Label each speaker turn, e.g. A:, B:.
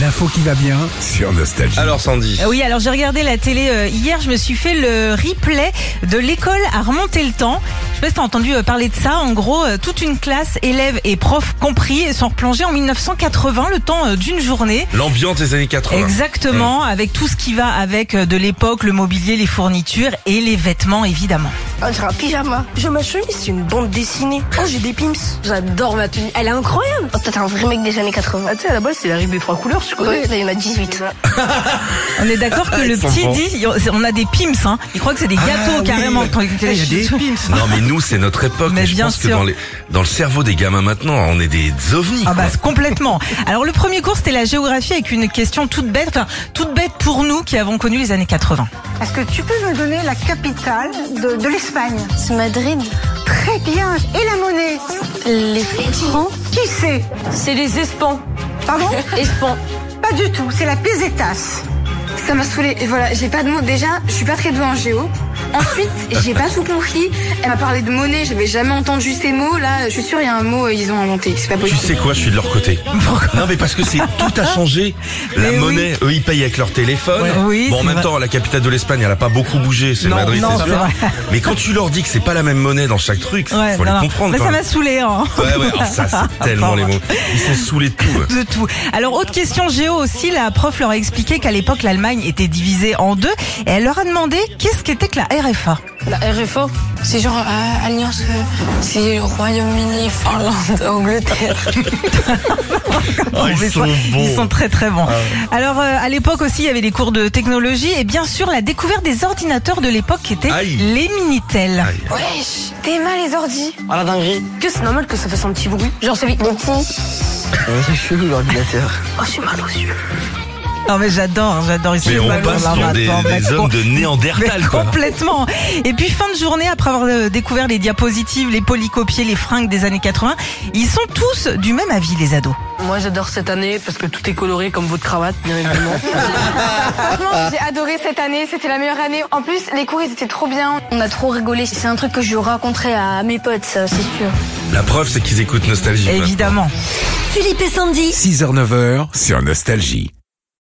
A: L'info qui va bien sur Nostalgie.
B: Alors Sandy,
C: Euh, Oui, alors j'ai regardé la télé euh, hier, je me suis fait le replay de l'école à remonter le temps. Je sais pas si t'as entendu euh, parler de ça. En gros, euh, toute une classe, élèves et profs compris, sont replongés en 1980, le temps euh, d'une journée.
B: l'ambiance des années 80.
C: Exactement,
A: Mm.
C: avec tout ce qui va avec euh, de l'époque, le mobilier, les fournitures et les vêtements évidemment.
D: On dirait un pyjama. Oh, Je ma chemise, c'est une bande dessinée. Oh, j'ai des pimps. J'adore ma tenue. Elle est incroyable. Oh, toi, t'es un vrai mec des années 80. Ah, tu sais, à la base, c'est la des trois couleurs, je crois. Ouais, là, il y en a 18.
C: On est d'accord
A: Ah,
C: que le
B: Ils sont
C: petit
B: bons.
C: dit, on a des pims, hein. Il croit que c'est des gâteaux carrément. Quand-
A: Ah, Il y a des pimps.
B: Non mais nous c'est notre époque.
C: Mais
B: je
C: bien
B: pense que
C: sûr.
B: dans, les- dans le cerveau des gamins maintenant, on est des ovnis.
C: Ah bah
B: quoi.
C: c'est complètement. Alors le premier cours c'était la géographie avec une question toute bête, enfin toute bête pour nous qui avons connu les années 80.
E: Est-ce que tu peux me donner la capitale de, de l'Espagne
F: C'est Madrid.
E: Très bien. Et la monnaie
F: Les francs.
E: Qui c'est
F: C'est les Espans.
E: Pardon
F: Espans.
E: Pas du tout. C'est la pesetas.
G: Ça m'a saoulé. Et voilà, j'ai pas de mots. Déjà, je suis pas très douée en géo. Ensuite, j'ai pas tout compris. Elle m'a parlé de monnaie, j'avais jamais entendu ces mots. Là, je suis sûre, il y a un mot, euh, ils ont inventé. C'est pas
B: Tu
G: possible.
B: sais quoi, je suis de leur côté. non mais parce que c'est tout a changé. La
C: Mais oui.
B: monnaie, eux ils payent avec leur téléphone.
C: Ouais. Oui,
B: bon en
C: c'est
B: même
C: vrai.
B: temps, la capitale de l'Espagne, elle a pas beaucoup bougé, c'est
C: Non,
B: Madrid,
C: non,
B: c'est
C: c'est
B: sûr.
C: vrai.
B: Mais quand tu leur dis que c'est pas la même monnaie dans chaque truc,
C: Ouais,
B: faut
C: non,
B: les
C: non.
B: comprendre.
C: Bah,
B: quand
C: ça
B: même.
C: m'a saoulé hein.
B: Ouais ouais, oh, ça c'est tellement les mots. Ils sont saoulés de tout.
C: De tout. Alors autre question géo aussi, la prof leur a expliqué qu'à l'époque l'Allemagne était divisée en deux et elle leur a demandé qu'est-ce qu'était que la RFA.
F: La RFA. C'est genre euh, Alliance. euh, c'est Royaume-Uni, Finlande, Angleterre.
B: Ah, ils
C: Mais
B: sont
C: ça, ils
B: bons.
C: sont très très bons. Alors euh, à l'époque aussi il y avait des cours de technologie et bien sûr la découverte des ordinateurs de l'époque qui étaient
B: Aïe.
C: les Minitel.
G: Wesh, t'es mal les ordi.
H: Ah la dinguerie
G: Que c'est normal que ça fasse un petit bruit. Genre, c'est vite.
H: C'est chelou l'ordinateur.
G: Oh, j'ai mal aux yeux.
C: Non mais j'adore, j'adore. Ils sont
B: Mais on
C: pas bons,
B: passe
C: là,
B: pour des,
C: maintenant.
B: des hommes de
C: Mais
B: Néandertal quoi.
C: complètement. Et puis fin de journée, après avoir euh, découvert les diapositives, les polycopiés, les fringues des années 80, ils sont tous du même avis, les ados.
H: Moi j'adore cette année parce que tout est coloré comme votre cravate, bien évidemment.
G: Franchement, j'ai adoré cette année. C'était la meilleure année. En plus, les cours, ils étaient trop bien.
F: On a trop rigolé. C'est un truc que je raconterai à mes potes, ça, c'est sûr.
B: La preuve c'est qu'ils écoutent Nostalgie. maintenant.
C: Évidemment.
A: h 9 h sur Nostalgie.